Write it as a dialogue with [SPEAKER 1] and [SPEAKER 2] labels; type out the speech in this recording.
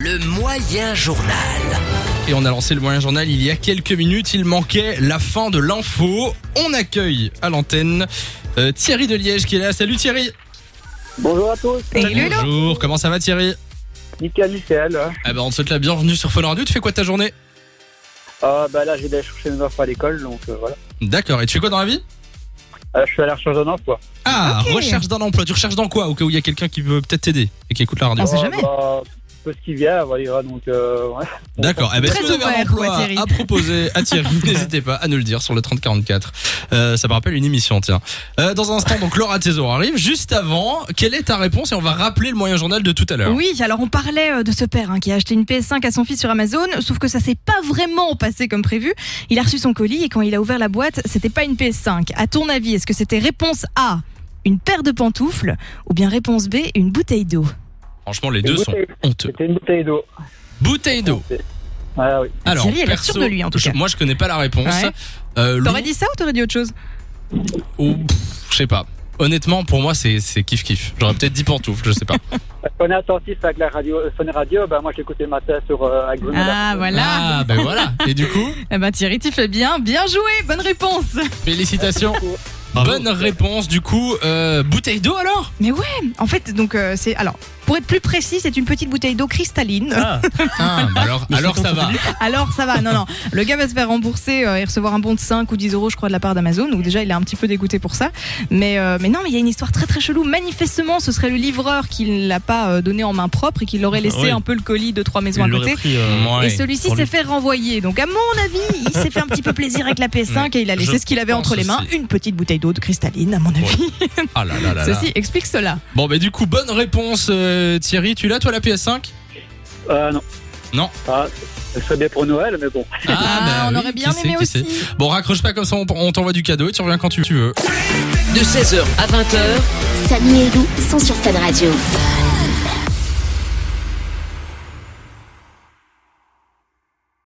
[SPEAKER 1] Le moyen journal.
[SPEAKER 2] Et on a lancé le moyen journal il y a quelques minutes. Il manquait la fin de l'info. On accueille à l'antenne euh, Thierry de Liège qui est là. Salut Thierry.
[SPEAKER 3] Bonjour à tous,
[SPEAKER 2] Bonjour. Comment ça va Thierry
[SPEAKER 3] nickel, nickel.
[SPEAKER 2] Eh ben on te souhaite la bienvenue sur Fun Radio. Tu fais quoi de ta journée
[SPEAKER 3] Ah bah là, j'ai d'aller chercher mes enfants à l'école, donc euh, voilà.
[SPEAKER 2] D'accord. Et tu fais quoi dans la vie
[SPEAKER 3] Euh, je suis à la recherche d'un emploi.
[SPEAKER 2] Ah,
[SPEAKER 4] Ok.
[SPEAKER 2] recherche d'un emploi. Tu recherches dans quoi Au cas où il y a quelqu'un qui veut peut-être t'aider et qui écoute la radio.
[SPEAKER 4] On sait
[SPEAKER 3] Ah,
[SPEAKER 4] jamais.
[SPEAKER 3] bah, peu ce qui vient, voilà, donc euh, ouais.
[SPEAKER 2] D'accord. Eh ben, si
[SPEAKER 4] Très
[SPEAKER 2] vous avez un
[SPEAKER 4] ouvert, quoi,
[SPEAKER 2] emploi
[SPEAKER 4] Thierry.
[SPEAKER 2] à proposer à Thierry, n'hésitez pas à nous le dire sur le 3044. Euh, ça me rappelle une émission, tiens. Euh, dans un instant, donc Laura Tesoro arrive. Juste avant, quelle est ta réponse Et on va rappeler le moyen journal de tout à l'heure.
[SPEAKER 4] Oui, alors on parlait euh, de ce père hein, qui a acheté une PS5 à son fils sur Amazon, sauf que ça s'est pas vraiment passé comme prévu. Il a reçu son colis et quand il a ouvert la boîte, c'était pas une PS5. À ton avis, est-ce que c'était réponse A, une paire de pantoufles, ou bien réponse B, une bouteille d'eau
[SPEAKER 2] Franchement, les
[SPEAKER 3] Une
[SPEAKER 2] deux sont
[SPEAKER 3] bouteille-
[SPEAKER 2] honteux.
[SPEAKER 3] C'était une bouteille d'eau.
[SPEAKER 2] Bouteille d'eau.
[SPEAKER 3] Ah oui.
[SPEAKER 2] Alors,
[SPEAKER 4] Thierry, elle est
[SPEAKER 2] perso,
[SPEAKER 4] sûre de lui, en tout
[SPEAKER 2] je-
[SPEAKER 4] cas.
[SPEAKER 2] Moi, je connais pas la réponse.
[SPEAKER 4] Ouais.
[SPEAKER 2] Euh,
[SPEAKER 4] T'aurais
[SPEAKER 2] Lou-
[SPEAKER 4] dit ça ou t'aurais dit autre chose
[SPEAKER 2] ou- pff, je sais pas. Honnêtement, pour moi, c'est c'est kiff kiff. J'aurais peut-être dit pantoufle, je sais pas.
[SPEAKER 3] Parce qu'on est attentif avec la radio, euh, Fun Radio, bah moi je l'écoutais le matin sur euh, avec Bruno
[SPEAKER 4] Ah
[SPEAKER 3] Latour.
[SPEAKER 4] voilà,
[SPEAKER 2] Ah, ben voilà. Et du coup,
[SPEAKER 4] eh ben, Thierry, tu fais bien, bien joué, bonne réponse
[SPEAKER 2] félicitations. Bonne réponse. Du coup, euh, bouteille d'eau alors
[SPEAKER 4] Mais ouais, en fait, donc euh, c'est... Alors, pour être plus précis, c'est une petite bouteille d'eau cristalline.
[SPEAKER 2] Ah, bah alors, alors ça va.
[SPEAKER 4] Alors ça va, non, non. Le gars va se faire rembourser euh, et recevoir un bon de 5 ou 10 euros, je crois, de la part d'Amazon. Donc déjà, il est un petit peu dégoûté pour ça. Mais, euh, mais non, mais il y a une histoire très très chelou. Manifestement, ce serait le livreur qui ne l'a pas euh, donné en main propre et qui l'aurait laissé
[SPEAKER 5] Ouais.
[SPEAKER 4] un peu le colis de trois maisons
[SPEAKER 5] Il
[SPEAKER 4] à
[SPEAKER 5] l'aurait
[SPEAKER 4] côté.
[SPEAKER 5] pris, euh,
[SPEAKER 2] Ouais.
[SPEAKER 4] Et celui-ci
[SPEAKER 5] pour
[SPEAKER 4] s'est
[SPEAKER 5] lui.
[SPEAKER 4] fait renvoyer. Donc, à mon avis, il s'est fait un petit peu plaisir avec la PS5 et il a
[SPEAKER 2] Je
[SPEAKER 4] laissé ce qu'il avait
[SPEAKER 2] pense
[SPEAKER 4] entre les mains,
[SPEAKER 2] aussi.
[SPEAKER 4] une petite bouteille d'eau de cristalline, à mon avis.
[SPEAKER 2] Ah là là là là.
[SPEAKER 4] Ceci explique cela.
[SPEAKER 2] Bon, bah du coup, bonne réponse, euh, Thierry. Tu l'as, toi, la PS5
[SPEAKER 3] Euh, non.
[SPEAKER 2] Non.
[SPEAKER 3] Ah, ce serait bien pour Noël, mais bon.
[SPEAKER 2] Ah, bah
[SPEAKER 4] on
[SPEAKER 2] oui,
[SPEAKER 4] aurait bien
[SPEAKER 2] qui sait,
[SPEAKER 4] aimé
[SPEAKER 2] qui sait.
[SPEAKER 4] aussi.
[SPEAKER 2] Bon, raccroche pas comme ça, on on t'envoie du cadeau et tu reviens quand tu tu veux.
[SPEAKER 1] De 16h à 20h,
[SPEAKER 6] Samy et Lou sont sur Fan Radio.